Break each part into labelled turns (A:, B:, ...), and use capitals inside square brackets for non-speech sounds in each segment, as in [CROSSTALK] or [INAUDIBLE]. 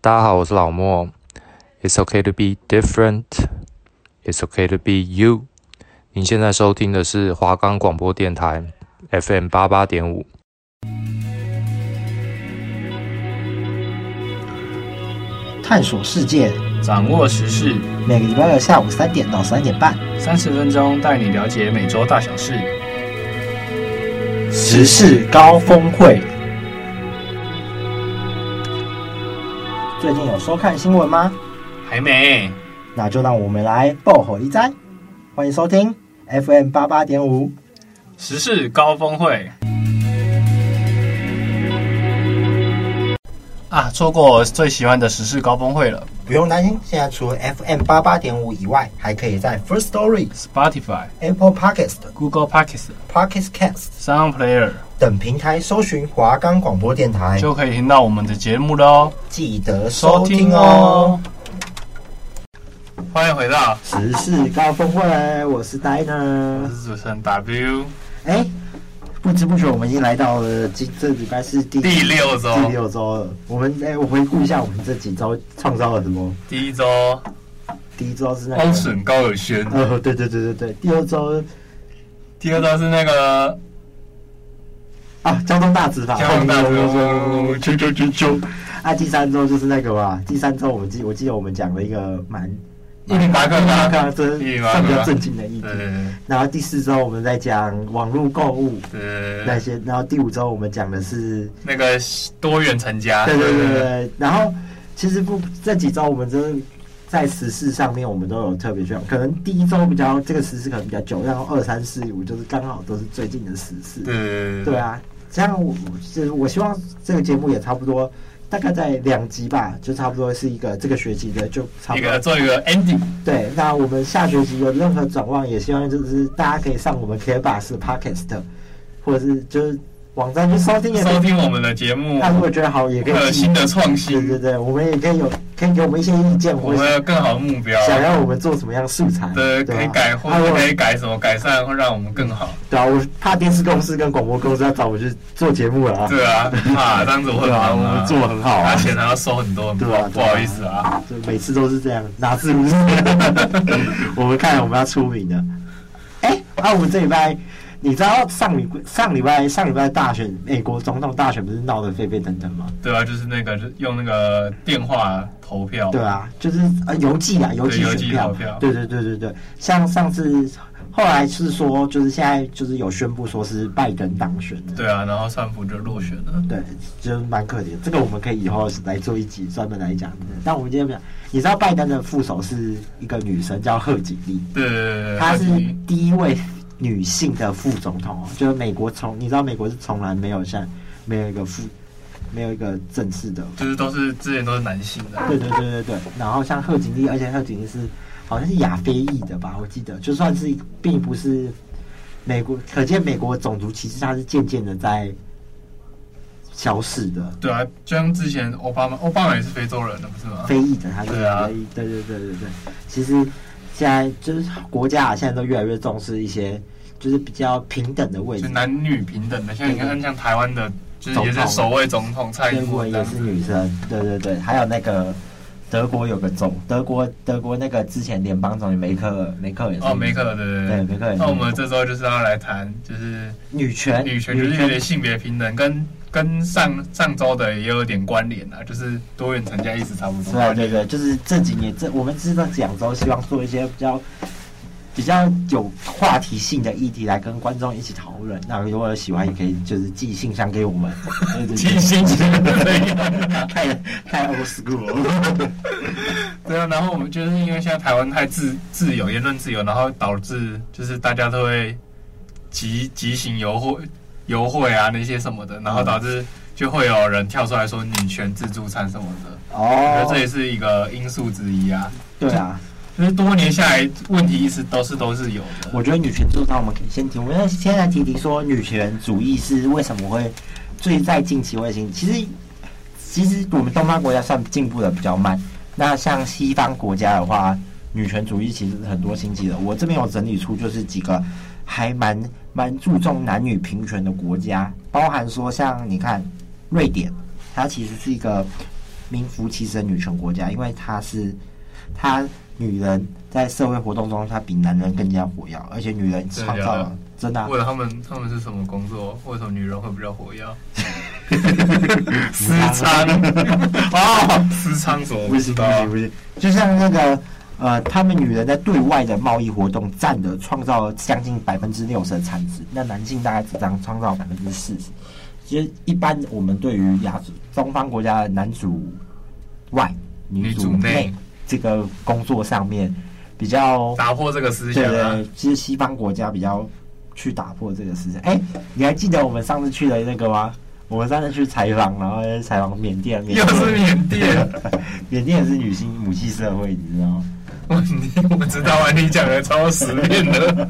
A: 大家好，我是老莫。It's okay to be different. It's okay to be you. 您现在收听的是华冈广播电台 FM 八八点五。
B: 探索世界，
C: 掌握时事，
B: 每个礼拜六下午三点到三点半，
C: 三十分钟带你了解每周大小事。
B: 时事高峰会。最近有收看新闻吗？
C: 还没，
B: 那就让我们来爆火一灾。欢迎收听 FM 八八点五。
C: 时事高峰会啊，错过我最喜欢的时事高峰会了。
B: 不用担心，现在除了 FM 八八点五以外，还可以在 First Story、
C: Spotify、
B: Apple Podcast、
C: Google Podcasts、
B: Pocket Cast
C: Sound Player
B: 等平台搜寻华冈广播电台，
C: 就可以听到我们的节目了哦，
B: 记得收听哦。。
C: 欢迎回到，
B: 时事高峰会，我是 Diner
C: 我。是主持人 W，
B: 哎、不知不觉我们已经来到了今这礼拜是第
C: 第六周
B: 第六周了。我们哎、我回顾一下我们这几周创造了什么？
C: 第一周
B: 第一周是那
C: 汪
B: 个，
C: 笋高尔轩，
B: 呃，对对对对对，第二周
C: 第二周是那个
B: 啊交通大执法，
C: 交通大哥，啾啾啾啾，
B: 啊，第三周就是那个吧，第三周我们记我记得我们讲了一个蛮
C: 一零八克
B: 那
C: 拉
B: 个这
C: 一
B: 是
C: 零八
B: 算比
C: 克
B: 较
C: 拉，
B: 正经的议题
C: 对。对对
B: 然后第四周我们在讲网络购物
C: 对
B: 那
C: 对，
B: 些，然后第五周我们讲的是
C: 那个多元成家，
B: 啊对对对对对。然后其实不这几周我们真的在时事上面，我们都有特别去，可能第一周比较这个时事可能比较久，然后二三四五就是刚好都是最近的时事。
C: 对
B: 对，啊，这样我我是我希望这个节目也差不多，大概在两集吧，就差不多是一个这个学期的就差
C: 一
B: 不
C: 个
B: 多。
C: 做一个 ending，
B: 对，那我们下学期有任何展望，也希望就是大家可以上我们 K 把式 Podcast，或者是就是网站去收听也可以
C: 收听我们的节 [LAUGHS] 目
B: 那，如果觉得好，也可以
C: 会有
B: 寄
C: 新的创新
B: 对对对，我们也可以有，可以给我们一些意见，
C: 我
B: 或
C: 们
B: 者
C: 有更好的目标，
B: 想要我们做什么样素材，
C: 对，
B: 对
C: 可以
B: 吧
C: 改或
B: 啊
C: 者
B: 我
C: 可以改什么改善，会让我们更好，
B: 对啊，我怕电视公司跟广播公司要找我去做节目了啊。[LAUGHS]
C: 对啊，啊，这样子我很
B: 对啊，我
C: 忙
B: 们
C: 啊，
B: 做得很好
C: 花
B: 啊，
C: 钱还要收很多，
B: 对啊，
C: 不好意思啊，
B: 对，每次都是这样，哪次不是？ [LAUGHS] 我们看来我们要出名了。哎，啊，我们这礼拜，你知道上礼上礼拜上礼拜大选，美国总统大选不是闹得沸沸腾腾吗？
C: 对啊，就是那个就是用那个电话投票，
B: 对啊，就是呃邮寄啊，邮寄
C: 邮
B: 选
C: 寄
B: 票
C: 投票，
B: 对对对对对，像上次后来是说，就是现在就是有宣布说是拜登当选的，
C: 对啊，然后川普就落选了。
B: 对，就是蛮可怜。这个我们可以以后来做一集专门来讲的。但我们今天不讲，你知道拜登的副手是一个女生叫贺锦丽，
C: 对对对对，
B: 她是
C: 二级
B: 第一位女性的副总统哦，就是美国从你知道美国是从来没有像没有一个副没有一个正式的
C: 就是都是之前都是男性的，
B: 对对对对对。然后像贺锦丽，而且贺锦丽是好像是亚非裔的吧，我记得，就算是并不是美国，可见美国种族歧视它是渐渐的在消逝的。
C: 对啊，就像之前奥巴马，奥巴马也是非洲人的，不是吗？
B: 非裔的，他就是
C: 对啊
B: 非裔，对对对对对。其实现在就是国家啊，现在都越来越重视一些就是比较平等的位
C: 就
B: 置，
C: 男女平等的，像你看像台湾的，就是也
B: 总
C: 是
B: 统
C: 首位总统蔡
B: 英
C: 英
B: 文
C: 文这
B: 也
C: 样
B: 是
C: 子，
B: 女生，对对对，还有那个。德国有个总，德国德国那个之前联邦总理梅克尔梅克尔也是
C: 哦，梅克尔对
B: 对
C: 对
B: 梅克尔也是
C: 那我们这周就是要来谈，就是
B: 哎女权
C: 女权，就是有点性别平等，跟跟上上周的也有点关联啊，就是多元成家意思差不多。
B: 是啊，对对，就是这几年这我们知道讲周希望做一些比较比较有话题性的议题来跟观众一起讨论。那如果有喜欢，也可以就是寄信箱给我们，对对对
C: 寄信箱对呀
B: 太太 old school 了。
C: 对啊，然后我们就是因为现在台湾太自自由，言论自由，然后导致就是大家都会集集行游会、游会啊那些什么的，然后导致就会有人跳出来说女权自助餐什么的，我觉得这
B: 哦，
C: 也是一个因素之一啊。
B: 对啊，
C: 就是多年下来，问题一直都是都是有的。
B: 我觉得女权至上，我们可以先提，我们先来提提说女权主义是为什么会最在近期会兴起。其实，其实我们东方国家算进步的比较慢，那像西方国家的话，女权主义其实是很多兴起的。我这边有整理出就是几个还蛮蛮注重男女平权的国家，包含说像你看瑞典，它其实是一个名副其实的女权国家，因为她是她女人在社会活动中，她比男人更加活跃，而且女人
C: 真的
B: 创
C: 假
B: 造
C: 的
B: 了真
C: [LAUGHS]
B: 的啊、
C: 为了他们，他们是什么工作？为什么女人会比较活跃？ [LAUGHS] 私
B: 娼
C: 娼哦， [LAUGHS] 私娼所
B: 啊不
C: 不
B: 是
C: 知
B: 不
C: 道啊
B: 是不是，就像那个呃，他们女人在对外的贸易活动占的创造了将近百分之六十的产值，那男性大概只占创造百分之四十。其实一般我们对于亚洲东方国家的男主外女
C: 女
B: 主
C: 主
B: 内
C: 内
B: 这个工作上面比较
C: 打破这个思
B: 对
C: 想啊
B: 对，，其实西方国家比较去打破这个思想。哎，你还记得我们上次去的那个吗？我们上次去采访，然后采访缅甸，缅
C: [LAUGHS] 又
B: 甸
C: 是缅甸，
B: 缅甸也是女性母系社会，你知道吗？
C: [LAUGHS] 我我知道啊，你讲的超实面的。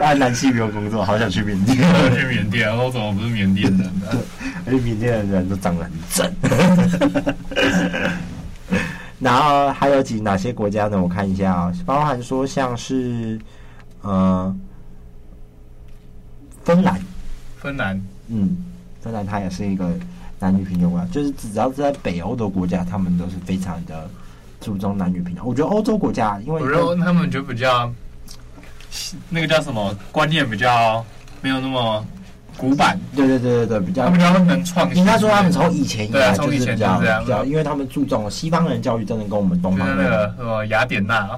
B: [LAUGHS] 啊，男性没有工作，好想去缅甸，
C: 我去缅甸，啊我怎么不是缅甸人啊呢、
B: 而且缅甸的人都长得很正。然后还有几哪些国家呢？我看一下啊、包含说像是呃芬兰，
C: 芬兰，
B: 嗯，芬兰它也是一个男女平等国家，就是只要是在北欧的国家，他们都是非常的注重男女平等。我觉得欧洲国家，因为
C: 我认为他们就比较那个叫什么观念比较没有那么古板，
B: 对对对对对，比较
C: 他们比较能创新。
B: 应该说他们从以前以
C: 对
B: 来
C: 啊
B: 就
C: 从以
B: 是
C: 前
B: 比较
C: 就这样
B: 比较，因为他们注重西方人教育，真的跟我们东
C: 就是
B: 方
C: 那
B: 人
C: 个什么雅典娜，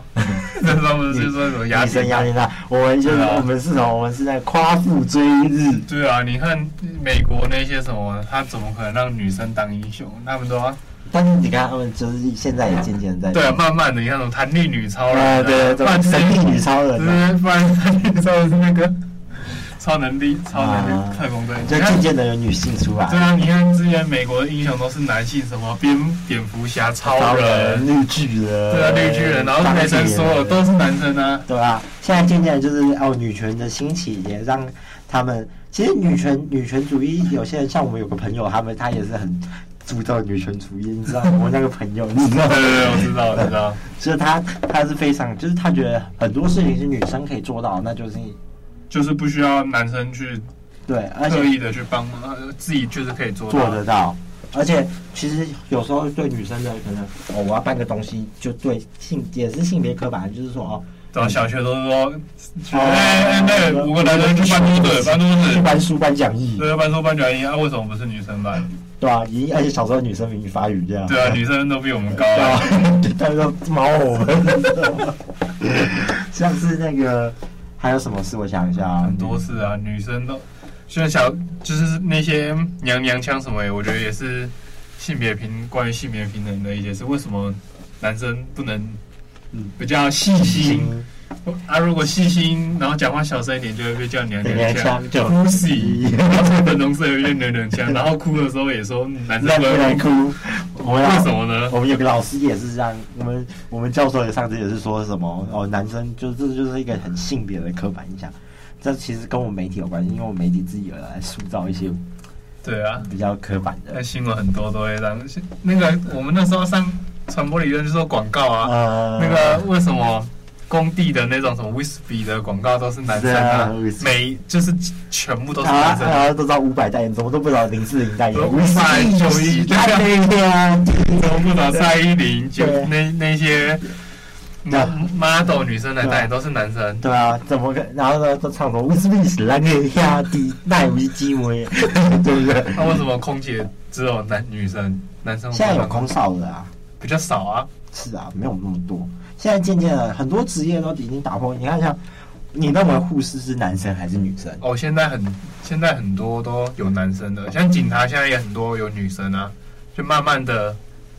C: 那时候不是说什么雅
B: 女生
C: 典
B: 压
C: 娜？
B: 力大。我们就是
C: 对啊
B: 我们是什么？我们是在夸父追日，
C: 对啊，你看美国那些什么，他怎么可能让女生当英雄？他们都要
B: 但是你看他们就是现在也渐渐在
C: 对啊，慢慢的，你看什么弹力女超人、
B: 呃
C: 啊，
B: 对
C: 不然
B: 对，
C: 就是
B: 神力女超人啊，
C: 就是不然弹力女超人是那个超能力、超能
B: 啊
C: 力特工队，
B: 就
C: 你看
B: 渐渐的有女性出
C: 对
B: 来，
C: 啊，你看之前美国的英雄都是男性，什么蝙蝙蝠侠、超人，
B: 绿巨人，
C: 对啊，绿巨人，然后雷神所有都是男生啊。
B: 对吧？现在渐渐的就是哦，女权的兴起也让他们，其实女权女权主义，有些人像我们有个朋友，他们他也是很注重女权主义，你知道吗我那个朋友，你知道
C: 对
B: 吗
C: 对对，我知道，我知道。
B: 就是他他是非常，就是他觉得很多事情是女生可以做到，那就是你
C: 就是不需要男生去
B: 对，而
C: 刻
B: 且
C: 意的去帮忙，呃自己就是可以做
B: 做
C: 到。
B: 得到。而且其实有时候对女生的可能，哦，我要办个东西，就对性也是性别刻板，就是说哦，
C: 对啊，小学都是说，
B: 哦
C: 哎哎，那个五个男生去搬桌子，搬桌
B: 去
C: 子，
B: 搬书搬讲义，
C: 对，搬桌搬脚印啊，为什么不是女生搬？
B: 对吧、咦而且小时候女生明明发语这样，
C: 对啊，女生都比我们高
B: 对
C: 啊。
B: 啊，他说毛我们，像是那个还有什么事？我想一下啊，
C: 很多事啊，女生都虽然小，就是那些娘娘腔什么的，我觉得也是性别平关于性别平等的一些事。为什么男生不能
B: 嗯
C: 比较细心
B: 嗯
C: 啊？如果细心，然后讲话小声一点，就会被叫娘
B: 娘
C: 娘
B: 腔
C: 腔，
B: 就
C: 哭喜， [LAUGHS] 然后粉红色也会变娘娘腔，然后哭的时候也说嗯男生
B: 让
C: 不
B: 回来
C: 会
B: 哭
C: 哭，，
B: 我们
C: 为
B: 要
C: 什么呢？
B: 我们有个老师也是这样，我们我们教授也上次也是说什么哦，男生就这就是一个很性别的刻板印象。这其实跟我们媒体有关系，因为我们媒体自己有来塑造一些
C: 对啊，
B: 比较刻板
C: 那
B: 的。
C: 新闻很多都会让那个我们那时候上传播理论就说广告啊，
B: 呃
C: 那个为什么工地的那种什么 Whisby 的广告都是男生啊
B: 是啊，Whisby？
C: 每就是全部都是
B: 啊
C: 男，生啊。
B: 然后都知道五百代言，怎么都不知道零四零代言，
C: 五百九十一
B: 太对了。
C: 全部找蔡依林、就
B: 对
C: 那那些啊
B: 对
C: model 女生来带都是男生，
B: 对啊，怎么可？然后呢，都唱什么？我是不是那个下地奈维基 [LAUGHS] 维，对不对？
C: [LAUGHS] 那为什么空姐只有男女生？男生
B: 现在有空少的啊，
C: 比较少啊，
B: 是啊，没有那么多。现在渐渐的，很多职业都已经打破。你看像，你认为护士是男生还是女生？
C: 哦，现在很现在很多都有男生的，像警察现在也很多有女生啊，就慢慢的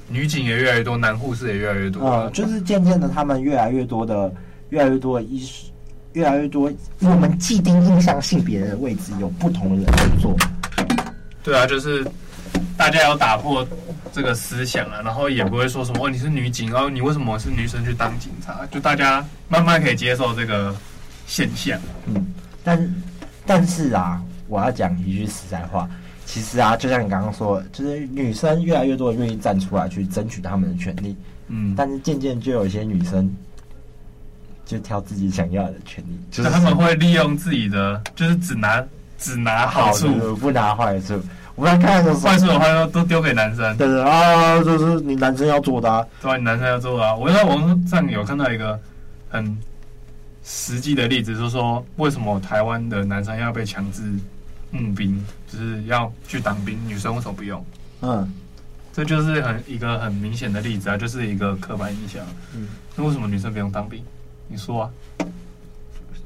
C: 女警也越来越多，男护士也越来越多啊
B: 呃，
C: 了，
B: 就是渐渐的，他们越来越多的，越来越多的医师，越来越多我们既定印象性别的位置有不同的人去做。
C: 对啊，就是大家要打破这个思想啊，然后也不会说什么、哦、你是女警，哦你为什么是女生去当警察？就大家慢慢可以接受这个现象。
B: 但但是啊，我要讲一句实在话，其实啊，就像你刚刚说的，就是女生越来越多地愿意站出来去争取她们的权利，
C: 嗯，
B: 但是渐渐就有一些女生就挑自己想要的权利，就
C: 就是是他们会利用自己的，就是只拿只拿好
B: 好
C: 处，
B: 处不拿坏处。我在看的时候
C: 坏，事的话都都丢给男生，
B: 对对啊，就是你男生要做的、啊，
C: 对吧？你男生要做啊。我在网上有看到一个很实际的例子，就是说为什么台湾的男生要被强制募兵，就是要去当兵，女生为什么不用？
B: 嗯
C: 这就是很一个很明显的例子啊，就是一个刻板印象。
B: 嗯，
C: 那为什么女生不用当兵？你说啊？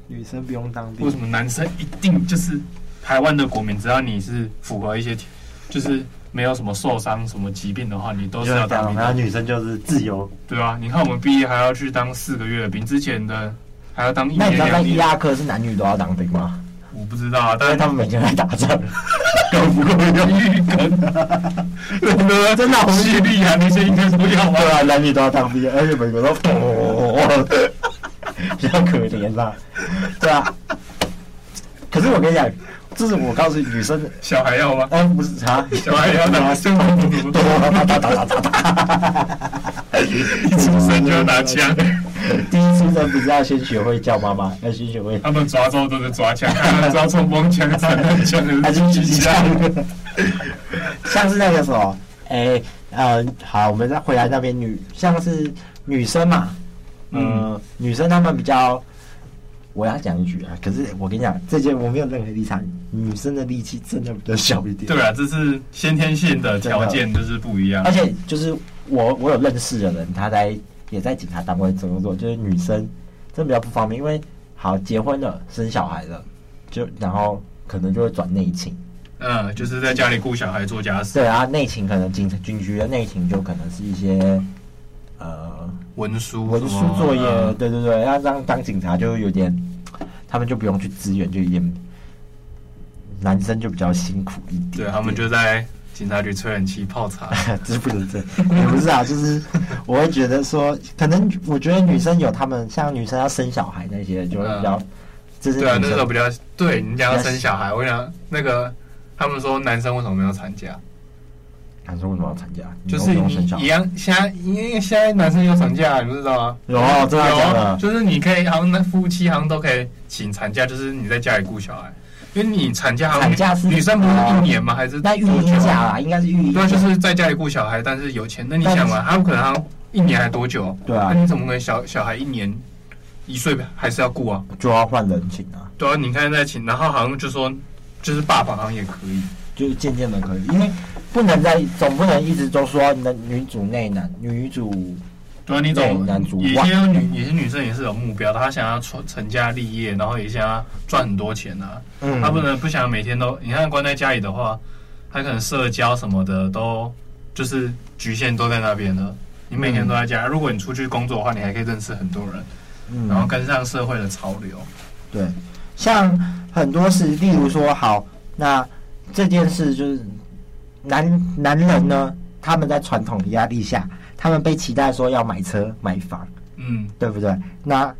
B: 女生不用当
C: 为什么男生一定就是台湾的国民？只要你是符合一些条，就是没有什么受伤、什么疾病的话，你都
B: 就是
C: 要
B: 是
C: 当
B: 讲，
C: 兵
B: 然后
C: 的，
B: 女生就是自由。
C: 对啊，你看我们毕业还要去当四个月的兵，之前的还要当一
B: 那
C: 年
B: 你知道在
C: 两
B: 伊
C: 年，
B: 拉克是男女都要当兵吗？
C: 我不知道啊，
B: 因
C: 但
B: 为
C: 是
B: 他们每天在打
C: [LAUGHS]
B: 仗，够不够用？
C: 真的
B: 真的好
C: 蓄力啊，那些应该不要吧
B: 对？啊，男女都要哦当兵，而且美国都哦比较可怜啦，对啊。可是我跟你讲，就是我告诉你女生，
C: 小孩
B: [LAUGHS]
C: 要吗？
B: 哦，不是啥，
C: 小孩要拿生
B: [LAUGHS]
C: 活，
B: 打打打打打
C: [LAUGHS] 一出生就要拿枪，
B: 第一出生不是要先学会叫妈妈，要先学会，
C: 他们抓周都是抓枪，看他们抓冲锋枪、散弹枪
B: 还 [LAUGHS]
C: 还
B: 是
C: 是狙
B: 狙
C: 击
B: 击
C: 枪？
B: 枪？像是那个什么，哎、呃，好，我们再回来那边女，像是女生嘛，嗯、
C: 嗯
B: 女生她们比较，我要讲一句啊，可是我跟你讲，这些我没有任何立场，女生的力气真的比较小一点，
C: 对啊，这是先天性的条件，就是不一样
B: [LAUGHS] 而。且就是我我有认识的人，他在也在警察单位工作，就是女生真的比较不方便，因为好结婚了生小孩了，就然后可能就会转内勤，
C: 嗯，就是在家里顾小孩做家事、
B: 对啊，内勤可能警警局的内勤就可能是一些呃
C: 文书、
B: 文书作业，
C: 啊
B: 对对对，要当当警察就有点，他们就不用去支援，就有点男生就比较辛苦一点
C: 对他啊们就在警察局吹冷气、泡茶。
B: [LAUGHS] 这不能这，也不是啊，就是我会觉得说，可能我觉得女生有她们像女生要生小孩那些，就会比较，这是
C: 对啊，
B: 女
C: 那时候
B: 生
C: 比较对你讲要生小孩，我想那个他们说男生为什么没有参加？
B: 男生为什么要参加？
C: 就是
B: 你都不用
C: 你
B: 嗯生小
C: 一
B: 孩，
C: 样，现在因为现在男生有产假，你不知道吗？
B: 有啊真的假
C: 有啊
B: 的？
C: 就是你可以好像那夫妻好像都可以请产假，就是你在家里顾小孩，因为你产假好像
B: 产假是
C: 女生不是一年吗？还是
B: 那育
C: 多久
B: 婴
C: 啊
B: 假啦，应该是育婴
C: 对啊，
B: 假，
C: 就是在家里顾小孩，但是有钱。那你想嘛，他们可能他一年还多久？
B: 对啊
C: 那你怎么可能小小孩一年一岁还是要顾啊？
B: 就要换人情啊，
C: 对啊，你看在请，然后好像就说，就是爸爸好像也可以。
B: 就是渐渐的可以，因为不能在总不能一直都说那女主内男女主
C: 对啊，你
B: 对
C: 总
B: 男主
C: 也
B: 外
C: 也有女，也是女生也是有目标的，她想要成成家立业，然后也想要赚很多钱啊。
B: 嗯
C: 她不能不想每天都，你看关在家里的话，她可能社交什么的都就是局限都在那边了。你每天都在家，如果你出去工作的话，你还可以认识很多人，
B: 嗯
C: 然后跟上社会的潮流。
B: 对，像很多事，例如说，好，那这件事就是男男人呢，他们在传统的压力下，他们被期待说要买车买房，
C: 嗯，
B: 对不对？那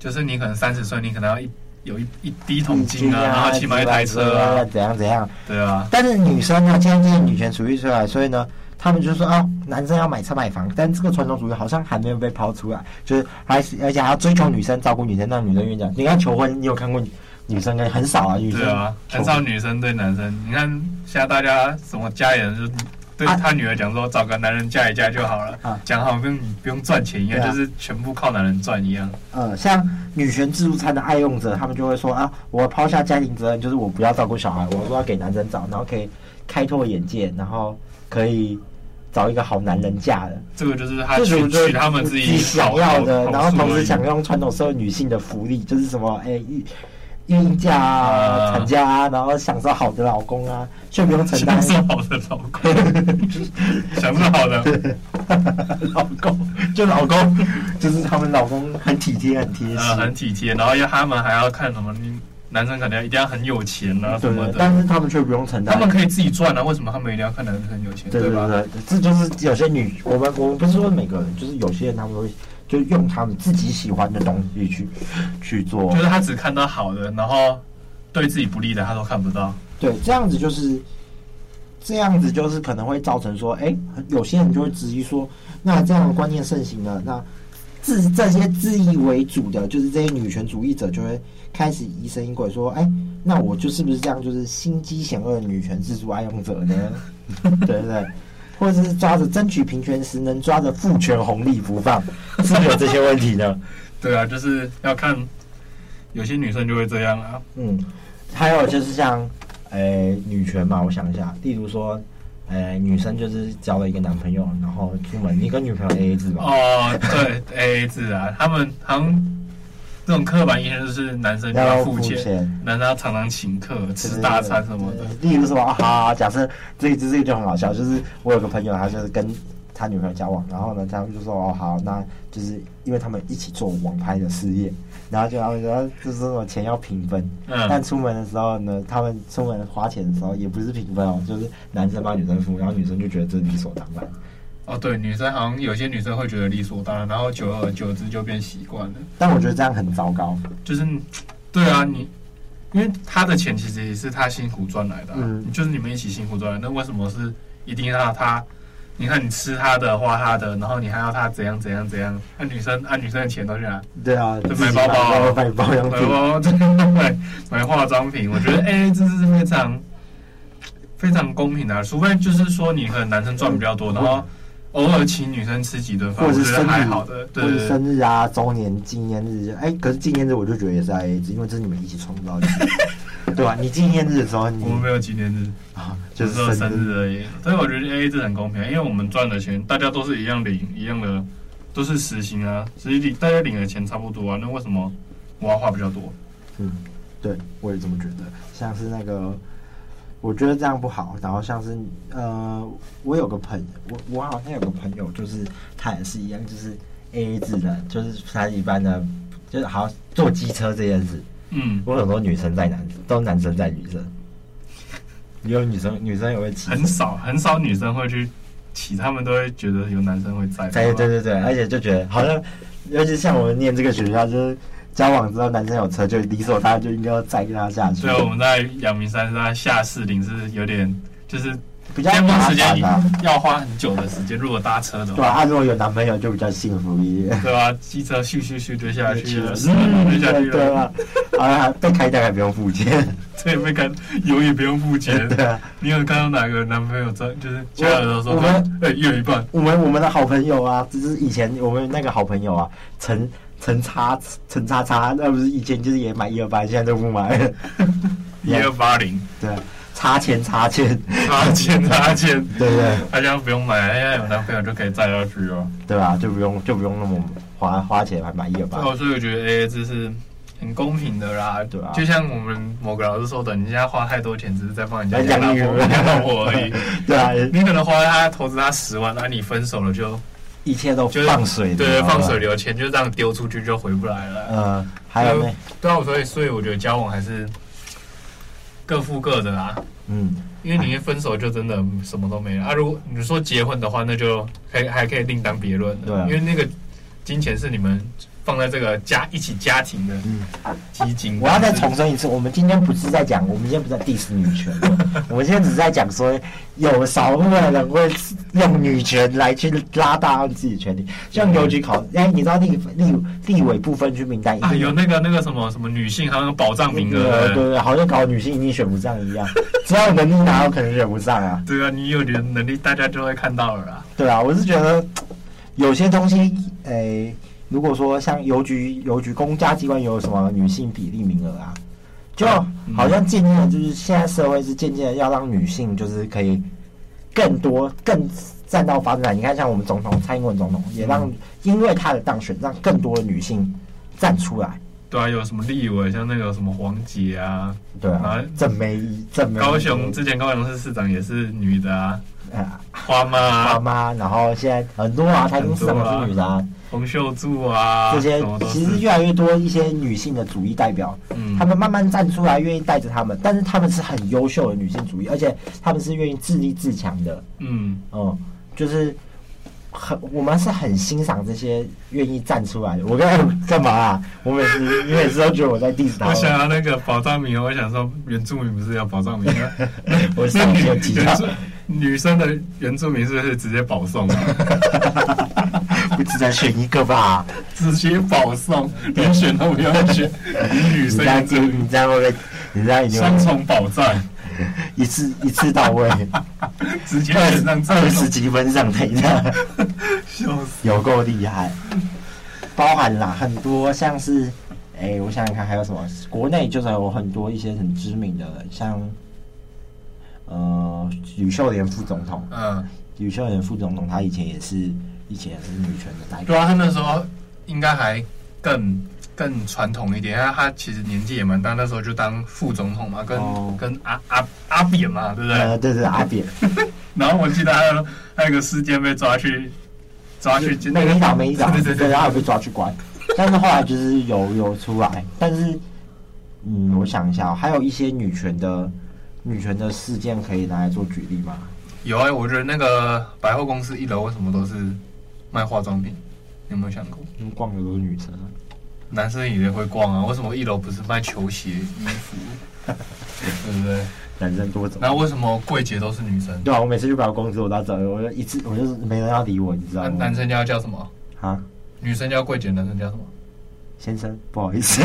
C: 就是你可能三十岁，你可能要一有一一第一桶
B: 你
C: 金啊，然后起码一台车
B: 啊，
C: 啊，
B: 怎样怎样？
C: 对啊，
B: 但是女生呢，现在这是女权主义出来，所以呢。他们就说啊，男生要买车买房，但这个传统主义好像还没有被抛出来，就是还是而且还要追求女生，照顾女生，让女生愿意讲。你看求婚，你有看过女女生跟很少啊，女生
C: 对啊，
B: 求
C: 很
B: 婚
C: 少女生对男生，你看现在大家什么家里人就对
B: 啊
C: 他女儿讲说，找个男人嫁一嫁就好
B: 啊
C: 了，讲好跟你不用赚钱一样，
B: 对啊
C: 就是全部靠男人赚一样。
B: 呃，像女权自助餐的爱用者，他们就会说啊，我抛下家庭责任，就是我不要照顾小孩，我说要给男生找，然后可以开拓眼界，然后可以找一个好男人嫁的，
C: 这个就是他
B: 这
C: 娶
B: 种就是
C: 娶他们
B: 自
C: 自己
B: 想
C: 好
B: 要的，
C: 好
B: 然后同时
C: 好
B: 想用传统社会女性的福利，就是什么哎孕孕假啊、
C: 啊
B: 产假啊，然后享受好的老公啊，却不用承担
C: 享受好的老
B: [LAUGHS]
C: 公，享受好的，
B: [LAUGHS] 老公，就老公，就是他们老公很体贴、很贴心。
C: 呃，很体贴，然后要他们还要看什么，你男生可能一定要很有钱啊什
B: 对嗯
C: 么
B: 对，
C: 的。
B: 但是他们却不用承担。
C: 他们可以自己赚啊，为什么他们一定要看男生很有钱，
B: 对对
C: 吧？
B: 对，这就是有些女，我们我们不是说每个人，就是有些人他们会就用他们自己喜欢的东西去去做
C: 就，是他只看到好的，然后对自己不利的他都看不到。
B: 对，这样子就是这样子就是可能会造成说，哎，有些人就会质疑说，那这样的观念盛行了，那自这些自以为主的，就是这些女权主义者就会开始疑神疑鬼，说：“哎，那我就是不是这样，就是心机险恶的女权自助爱用者呢？” [LAUGHS] 对不对？或者是抓着争取平权时能抓着父权红利不放，是不是有这些问题呢？
C: 对啊，就是要看有些女生就会这样啊，
B: 嗯，还有就是像，呃，女权嘛，我想一下，例如说，呃，女生就是交了一个男朋友，然后出门，你跟女朋友 AA 制嘛，
C: 哦，对 [LAUGHS] A A 制啊，他们好像这种刻板印象就是男生就要付钱，
B: 钱。
C: 男生要常常请客、吃大餐什么的。
B: 例如什么啊，假设这这这就很好笑，就是我有个朋友，他就是跟他女朋友交往，然后呢，他们就说哦好，那就是因为他们一起做网拍的事业，然后就他们说就是说钱要平分，但
C: 嗯，
B: 出门的时候呢，他们出门花钱的时候也不是平分哦，就是男生帮女生付，然后女生就觉得这是理所当然。
C: 哦，对，女生好像有些女生会觉得理所当然，然后久而久之就变习惯了。
B: 但我觉得这样很糟糕。
C: 就是，对
B: 嗯
C: 啊，你因为他的钱其实也是他辛苦赚来的、啊，
B: 嗯
C: 就是你们一起辛苦赚来，那为什么是一定要他？你看你吃他的，花他的，然后你还要他怎样怎样怎样？那、女生按、女生的钱都去哪？
B: 对啊，
C: 就
B: 自己
C: 买包包啊
B: 买保养
C: 买
B: 品，
C: 包包对，买化妆品，我觉得哎、这是非常非常公平的、啊，除非就是说你可能男生赚比较多，然后偶尔请女生吃几顿
B: 嗯
C: 饭，
B: 或
C: 我
B: 者是
C: 觉得
B: 生
C: 还
B: 日
C: 好的，对
B: 或者
C: 对对
B: 生日啊、周年纪念日，哎、可是纪念日我就觉得也是 IA 制，因为这是你们一起创造的，
C: [LAUGHS]
B: 对吧、你纪念日的时候你，
C: 我们没有纪念日，
B: 啊，就
C: 就是是
B: 生
C: 生日而已，所以我觉得 A A 制很公平，因为我们赚的钱大家都是一样领一样的，都是时薪啊，实际领大家领的钱差不多啊，那为什么我要花比较多？
B: 嗯，对，我也这么觉得。像是那个，我觉得这样不好。然后像是呃，我有个朋我我好像有个朋友，就是他也是一样，就是 A A 制的，就是他一般的，就是好像坐机车这件事，
C: 嗯，
B: 我有很多女生在男，都男生在女生，也有女生女生也会骑车
C: 很少很少女生会去骑，他们都会觉得有男生会在，啊
B: 对对对对，而且就觉得好像，尤其像我们念这个学校，就是交往之后男生有车，就理所当然就应该要载他下去
C: 所，啊以我们在阳明山是在下士林是有点，就是
B: 比较
C: 巅峰
B: 麻
C: 时
B: 烦
C: 间
B: 啊。
C: 要花很久的时间，如果搭车的
B: 对啊，
C: 话，
B: 啊如果有男朋友就比较幸福一点。
C: 对吧、机车咻咻咻追下去了，
B: 嗯
C: 追下去
B: 啊 [LAUGHS] 对对
C: 了，
B: 啊，啊，被开单还不用付钱，
C: 对，被看油也不用付钱。
B: [LAUGHS] 对啊，
C: 你有看到哪个男朋友在就是家人都说
B: 我们，
C: 哎，又一半，
B: 我们我们的好朋友啊，就是以前我们那个好朋友啊，陈陈叉陈叉叉，那不是以前就是也买一二八，现在都不买 [LAUGHS] 了，
C: 一二八零，
B: 对啊，差钱差钱，
C: 八千八千，
B: 对不对？
C: 大家不用买，哎呀，有男朋友就可以载下去哦。
B: 对啊，就不用就不用那么花花钱来买一二
C: 对
B: 八。
C: 啊，所以我觉得 A A 制是很公平的啦。
B: 对啊
C: 就像我们某个老师说的，你现在花太多钱，只是在帮人家
B: 人家
C: 养老
B: 女儿
C: 婆、养老婆而已。
B: 对啊，
C: 你可能花他投资他十万，那啊你分手了就
B: 一切都
C: 就是
B: 放水流
C: 对
B: 啊
C: 放水。流，钱就这样丢出去就回不来了。
B: 呃，还有呢，
C: 对啊，所以所以我觉得交往还是各付各的啦。
B: 嗯，
C: 因为你一分手就真的什么都没了啊！如果你说结婚的话，那就可以还可以另当别论了
B: 对啊
C: 因为那个金钱是你们放在这个家一起家庭的
B: 嗯
C: 基金。啊
B: 我要再重申一次，我们今天不是在讲，我们今天不是在 diss 女权， [LAUGHS] 我们今天只是在讲说，有少部分人会用女权来去拉大自己的权利，像邮局考，哎，你知道立立立委不分区名单一定
C: 啊，有那个那个什么什么女性，好像有保障
B: 嗯
C: 名
B: 对
C: 额。
B: 对对，好像搞女性一定选不上一样，只要有能力拿，我可能选不上啊。
C: 对啊，你有点能力，大家就会看到了啦。
B: 对啊，我是觉得有些东西，诶、如果说像邮局、邮局公家机关有什么女性比例名额啊，就
C: 嗯
B: 好像渐渐的，就是现在社会是渐渐的要让女性就是可以更多、更占到发展。你看，像我们总统蔡英文总统也让，因为他的当选，让更多的女性站出来。
C: 对啊，有什么立委，像那个什么黄杰啊，
B: 对啊
C: 啊，
B: 郑梅郑梅
C: 高雄之前高雄市市长也是女的啊，
B: 啊，
C: 花妈
B: 妈
C: 啊、
B: 妈，然后现在很多啊，台中市
C: 很多
B: 长
C: 啊
B: 是女的、啊，
C: 洪秀柱啊，
B: 这些
C: 什么都
B: 其实
C: 是。
B: 越来越多一些女性的主义代表，
C: 嗯
B: 他们慢慢站出来，愿意带着他们，但是他们是很优秀的女性主义，而且他们是愿意自立自强的，
C: 嗯，
B: 嗯，就是很我们是很欣赏这些愿意站出来的。我刚才干嘛啊？我每次你每次都觉得我在 diss 他
C: 我想
B: 们，
C: 要那个保障名额，我想说原住民不是要保
B: [LAUGHS]
C: 障名额？
B: 我
C: [LAUGHS] 那
B: 上
C: 女
B: 次有提到
C: 原住女生的原住民是不是直接保送啊？
B: 你只能选一个
C: [LAUGHS]
B: 吧？
C: 直接保送，连选都不用选，女
B: 你
C: 生
B: 这
C: 也
B: 样
C: 这
B: 就你这样会不会？你这样已经
C: 双重保障，
B: 一次一次到
C: [LAUGHS]
B: 位，
C: 直接
B: 二
C: 选上
B: 十
C: 这
B: 二
C: 种
B: 十，几分上台的。
C: 笑死！
B: 有够厉害，包含啦很多像是，哎、我想想看还有什么，国内就是有很多一些很知名的，像，呃，吕秀莲副总统，
C: 嗯，
B: 吕秀莲副总统她以前也是，以前也是女权的代表，
C: 对啊，他那时候应该还更更传统一点，因为他其实年纪也蛮大，那时候就当副总统嘛，跟、
B: 哦
C: 跟阿阿阿扁嘛，对不对？
B: 呃，对对，阿扁，
C: [LAUGHS] 然后我记得还有还有一个事件被抓去抓去
B: 美丽岛，美丽岛，
C: 对对对
B: 然后被抓去关，但是后来就是有有出来，但是，嗯，我想一下哦、还有一些女权的女权的事件可以拿来做举例吗？
C: 有哎、我觉得那个百货公司一楼为什么都是卖化妆品？你有没有想过？
B: 因为逛的都是女生啊。
C: 男生也会逛啊，为什么一楼不是卖球鞋、衣 [LAUGHS] 服，对不对？
B: 男生多走。
C: 然后为什么柜姐都是女生？
B: 对啊，我每次去百货公司，我到这，我就一次，我就是没人要理我，你知道吗
C: 男？男生叫叫什么？
B: 啊，
C: 女生叫柜姐，男生叫什么？
B: 先生，不好意思，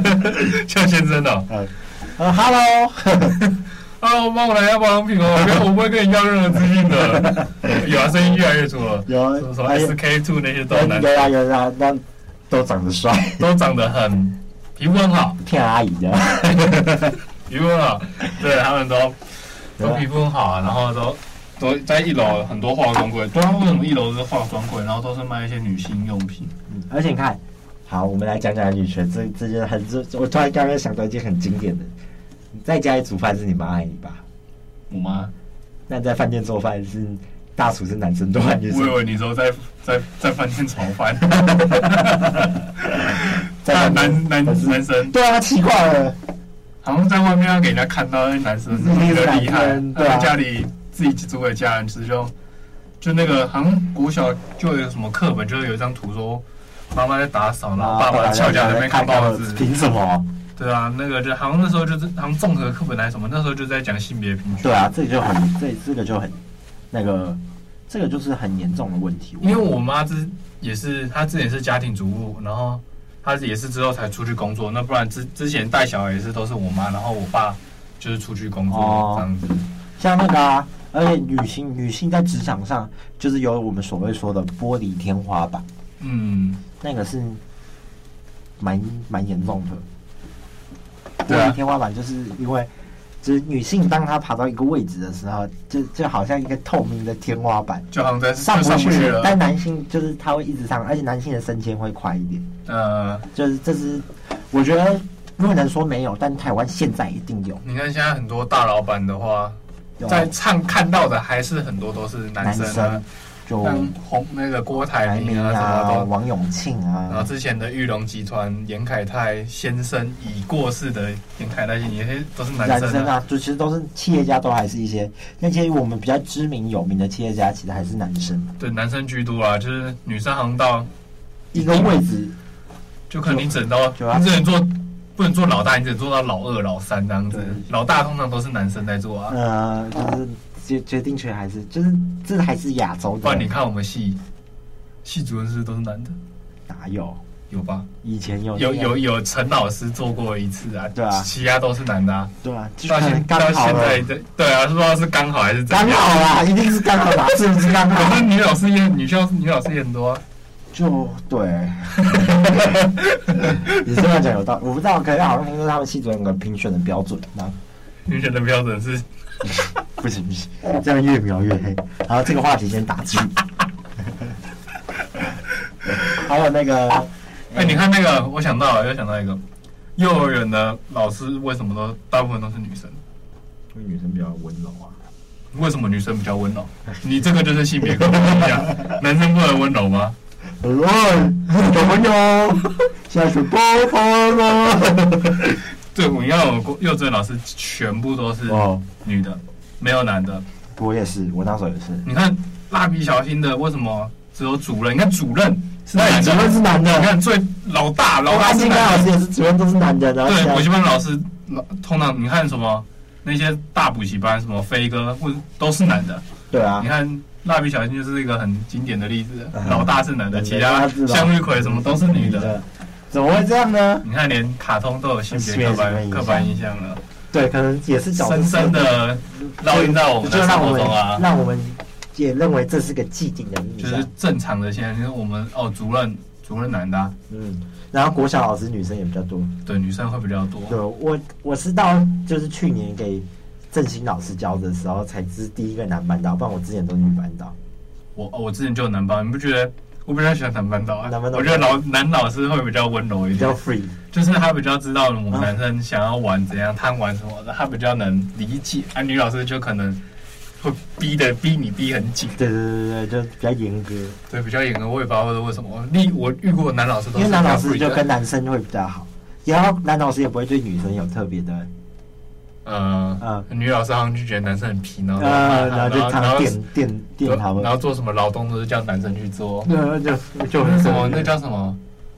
C: [LAUGHS] 叫先生啊的、
B: 呃，Hello，
C: 啊，我帮我拿一下保养品 [LAUGHS] 哦，我不要我不会跟你要任何资讯 [LAUGHS] 的。有啊，声音越来越粗了。
B: 有啊
C: 什么什么
B: 哎
C: SK two 那些都男
B: 有啊有啊，那都长得帅， [LAUGHS]
C: 都长得很皮肤很好，
B: 骗阿姨的，
C: 皮肤很好，对他们都 [LAUGHS] 都皮肤很好啊，然后都都在一楼很多化妆柜，不知道为什么一楼是化妆柜，然后都是卖一些女性用品。
B: [LAUGHS] 而且你看，好，我们来讲讲女权，这这件很，这我突然刚刚想到一件很经典的，你在家里煮饭是你妈爱你吧？
C: 我妈，
B: 那在饭店做饭是大厨是男生多还是女
C: 我以
B: 生？
C: [LAUGHS] 为你说在在在饭店炒饭，
B: [LAUGHS] 在
C: 那
B: 饭
C: 男
B: 店
C: 男
B: 还是
C: 男生
B: 对啊，奇怪了，
C: 好像在外面要给人家看到那男生比较厉害，他在家里自己煮给家人吃就就那个好像国小就有什么课本，就是有一张图说妈妈在打扫，然后爸爸翘脚在那边看报纸。
B: 凭什么？
C: 对啊，那个就好像那时候就是好像综合课本还是什么，那时候就在讲性别平权。
B: 对啊，这个就很，这这个就很那个，这个就是很严重的问题。
C: 因为我妈之也是，她之前是家庭主妇，然后她也是之后才出去工作，那不然之之前带小孩也是都是我妈，然后我爸就是出去工作、
B: 哦
C: 这样子。
B: 像那个啊，而且女性女性在职场上就是有我们所谓说的玻璃天花板，
C: 嗯，
B: 那个是蛮蛮严重的。
C: 对
B: 玻
C: 啊
B: 璃天花板就是因为，就是女性当她爬到一个位置的时候，就就好像一个透明的天花板。
C: 就好像在
B: 上不
C: 就上不去
B: 去，但
C: 了。
B: 男性就是他会一直上，而且男性的升迁会快一点。
C: 呃，
B: 就是这是，我觉得不能说没有，但台湾现在一定有。
C: 你看现在很多大老板的话，
B: 有
C: 在唱看到的还是很多都是男
B: 男
C: 生
B: 生
C: 啊，
B: 就
C: 像红那个郭台
B: 台
C: 铭
B: 铭
C: 啊什
B: 啊、
C: 么都。
B: 王永庆
C: 然后
B: 啊，
C: 之前的玉龙集团严凯泰先生已过世的严凯泰先生，也是都是男
B: 男
C: 生
B: 生
C: 啊。
B: 啊，就其实都是企业家，都还是一些那些我们比较知名有名的企业家，其实还是男生。
C: 对，男生居多啊，就是女生行道
B: 一个位置，
C: 就可能你只能到，
B: 就啊
C: 你只能做不能做老大，你只能做到老二、老三这样子
B: 对。
C: 老大通常都是男生在做啊，
B: 呃，就是决决定权还是就是这还是亚洲
C: 不
B: 的
C: 然，你看我们系系主任是不是都是男的，
B: 哪有？
C: 有吧？
B: 以前有
C: 有
B: 那个
C: 有有陈老师做过一次啊，
B: 对啊
C: 其他都是男的、啊，
B: 对啊，就
C: 到
B: 可能
C: 现
B: 刚
C: 到
B: 好
C: 现
B: 了
C: 在，对对啊，不知道是刚好还是怎
B: 刚
C: 样。
B: 好啦，一定是刚好啦，是不是刚
C: 可
B: 好
C: [LAUGHS] 是？女老师也女教女老师也很多、啊，
B: 就 [LAUGHS] 对，你这样讲有道理，我不知道，可是好像听说他们系主任有个评选的标准，啊那
C: 女选的标准
B: 嗯
C: 是
B: 不行不行，这样越描越黑。然后这个话题先打 [LAUGHS] 住。还有那个，
C: 哎、你看那个，我想到了，又想到一个，幼儿园的老师为什么都大部分都是女生？
B: 因为女生比较温柔啊，
C: 为什么女生比较温柔？你这个就是性别刻板印象，男生不能温柔吗？
B: 哦，小朋友，下雪包包了。
C: 对，我要我国幼稚园老师全部都是
B: [LAUGHS] 哦，
C: 女的，没有男的。
B: 我也是，我那时候也是。
C: 你看蜡笔小新的为什么只有主任？你看主任是男
B: 主
C: 的，
B: 任是男的
C: 你，看最老大，老大
B: 安
C: 是
B: 静班
C: 男
B: 老
C: 的。
B: 师也是，主任都是男的，然后其
C: 对，
B: 他
C: 补习班老师老通常你看什么那些大补习班什么飞哥，或者都是男的。
B: 对啊
C: 你，看蜡笔小新就是一个很经典的例子
B: 嗯，
C: 老大是男的，
B: 对
C: 其啊他
B: 老大是老
C: 向日葵什么都是女的。
B: 的，怎么会这样呢？
C: 你看，连卡通都有性别刻板刻板印象了，
B: 对，可能也是角色
C: 深深的烙印到我们
B: 就
C: 的生
B: 让我
C: 活
B: 们
C: 中啊。
B: 让我们也认为这是个既定的印
C: 就
B: 象。
C: 是正常的，现在就是我们哦，主任主任男的啊、
B: 嗯，然后国小老师女生也比较多。
C: 对，女生会比较多。
B: 对我我是到就是去年给振兴老师教的时候，才是第一个男班导，不然我之前都是女班导。
C: 我哦我之前就有男班，你不觉得？我比较喜欢男班导啊，
B: 男班导
C: 我觉得老男老师会比较温柔一
B: 比较
C: 点，
B: free，
C: 就是他比较知道我们男生想要玩怎样贪玩什么的，他比较能理解。啊，女老师就可能会逼的逼你逼很紧，
B: 对对对对，对就比较严格，
C: 对，比较严格。我也不知道为什么，例我遇过的男老师都
B: 因
C: 是
B: 为
C: 比较
B: 男老师
C: free 的
B: 就跟男生会比较好，然后男老师也不会对女生有特别的，
C: 呃女老师好像就觉得男生很皮，然后
B: 呃，然后就常
C: 啊然
B: 常
C: 后
B: 电电电他们
C: 然，后做什么劳动都是叫男生去做，
B: 对就就
C: 那
B: 很
C: 什么那叫什么？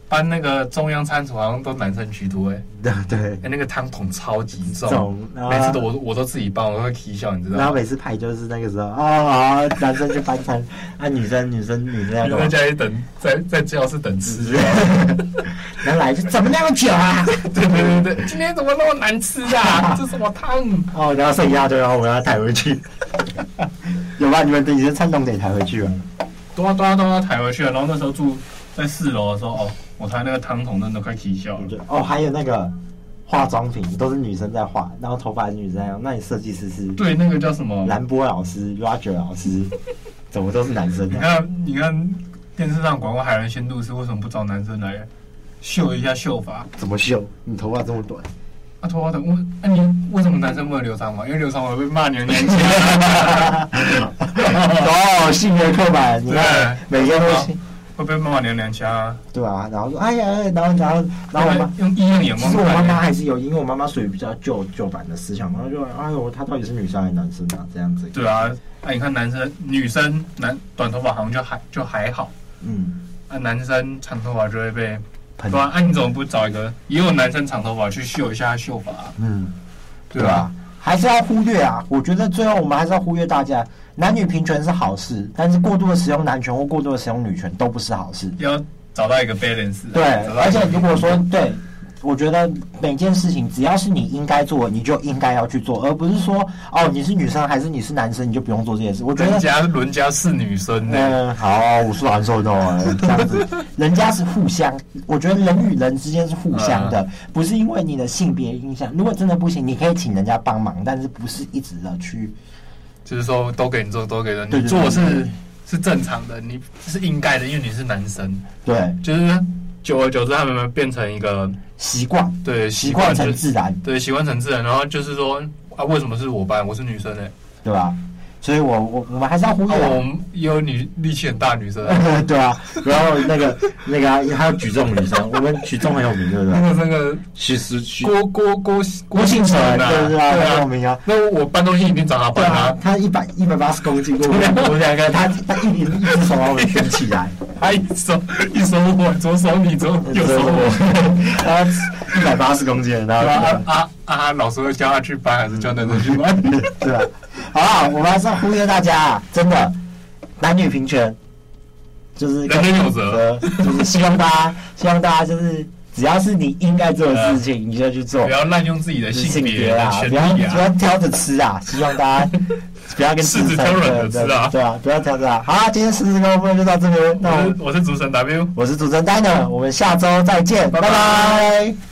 C: 搬那个中央餐厨好像都男生居多哎、
B: 对对
C: 哎、那个汤桶超级重，
B: 种，然后
C: 每次都我我都自己帮，我会啼笑，你知
B: 然
C: 道
B: 后
C: 吗？
B: 每次排就是那个时候，哦，好男生就翻餐，啊，女生女生女生要
C: 你
B: 干
C: 在
B: 嘛？
C: 家里等，在在教室等吃，
B: 嗯然后来就怎么那么久啊？
C: 对对对对，今天怎么那么难吃
B: [LAUGHS]
C: 啊？这什么汤？
B: 哦，然后剩一大堆，然后我要抬回去。 [LAUGHS] 有吧？你们等你的餐桶得抬回去吧。啊
C: 都要都要都要抬回去了。然后那时候住在四楼的时候，哦，我抬那个汤桶真的快啼笑
B: 我
C: 了。
B: 觉得哦，还有那个化妆品都是女生在画，然后头发也是女生在用。那你设计师是
C: 对，那个叫什么？
B: 兰波老师、Roger 老师，怎么都是男生啊
C: 你
B: 的？
C: 看你看电视上广告海伦仙度是为什么不找男生来秀一下秀法？
B: 怎么秀？你头发这么短？
C: 啊，头发等我，啊你为什么男生不能留长毛？因为留长毛会被骂你很年轻。
B: [LAUGHS] [LAUGHS]
C: 啊
B: 哦，性别刻板，你看每个人都是
C: 会被骂娘娘腔，
B: 对啊，然后说哎呀，哎然后然后然后我妈。
C: 用异样眼
B: 其
C: 光
B: 实我妈
C: 看
B: 妈
C: 你。
B: 还是有，因为我妈妈属于比较旧旧版的思想，然后就哎呦，她到底是女生还是男生啊？这样子。
C: 对啊，那、你看男生、女生男短头发好像就还就还好，
B: 嗯，
C: 啊，男生长头发就会被，
B: 喷
C: 对啊，啊，你怎么不找一个也有男生长头发去秀一下秀法、
B: 嗯，
C: 对啊吧？？
B: 还是要忽略啊！我觉得最后我们还是要忽略大家，男女平权是好事，但是过度的使用男权或过度的使用女权都不是好事。
C: 要找到一个 balance 啊。
B: 对，
C: 找到
B: 而
C: 一个
B: 且如果说对，我觉得每件事情只要是你应该做，你就应该要去做，而不是说哦你是女生还是你是男生你就不用做这件事。我觉得
C: 人家伦家是女生呢、
B: 嗯，好，我是蓝瘦的哦，这样
C: [LAUGHS]
B: 子，人家是互相，我觉得人与人之间是互相的，
C: 嗯
B: 不是因为你的性别影响。如果真的不行，你可以请人家帮忙，但是不是一直的去，
C: 就是说都给你做，都给人，
B: 对
C: 你
B: 对
C: 做
B: 对
C: 是是正常的，你是应该的，因为你是男生，
B: 对，
C: 就是久而久之他们变成一个
B: 习惯，
C: 对
B: 习
C: 习
B: 惯
C: 惯就
B: 成
C: 是
B: 自然，
C: 对，习惯成自然。然后就是说啊，为什么是我班？我是女生哎、
B: [LAUGHS]
C: 欸，
B: 对吧？所以我我我们还是要忽略
C: 啊，我
B: 啊，
C: 们也有女力气很大的女
B: [LAUGHS]
C: 生、啊。
B: 对啊。然后那个那个啊还有举重女生，我们举重很有名，对不
C: 那
B: 对？
C: 个那个
B: 徐思徐
C: 郭郭郭
B: 郭庆城，
C: 啊，
B: 对不
C: 对
B: 对啊？很有
C: 啊，
B: 名啊。
C: 那我搬东西一定找他
B: 对
C: 搬
B: 啊
C: 啊，，
B: 他一百一百八十公斤，我们两个我们两个，他他一一只手把我们卷起 [LAUGHS] 来，
C: 他 [LAUGHS] 一手一手我，左手你，左右手我。
B: [LAUGHS] 然后一百八十公斤，然
C: 对
B: 后
C: [LAUGHS] 啊啊啊啊！老师会叫他去搬，还是叫男生
B: [LAUGHS]
C: 去搬？
B: 对吧？好啦，我们还是要呼吁大家啊，真的男女平权，就是
C: 人人有责，
B: 就是希望大家，希望大家就是只要是你应该做的事情，你就去做
C: 不，要滥用自己的
B: 就是
C: 性别
B: 啊，
C: 权
B: 不要
C: 利
B: 不要
C: 啊！
B: 挑着吃啊，
C: [LAUGHS]
B: 希望大家。不要跟
C: 柿子挑软的吃啊
B: 对对对啊，不要挑着啊。好啊，今天狮子跟分就到这边，那我
C: 我
B: 们
C: 是我是主持人 W。
B: 我是主持人 Dana，我们下周再见，
C: 拜
B: 拜
C: 拜
B: 拜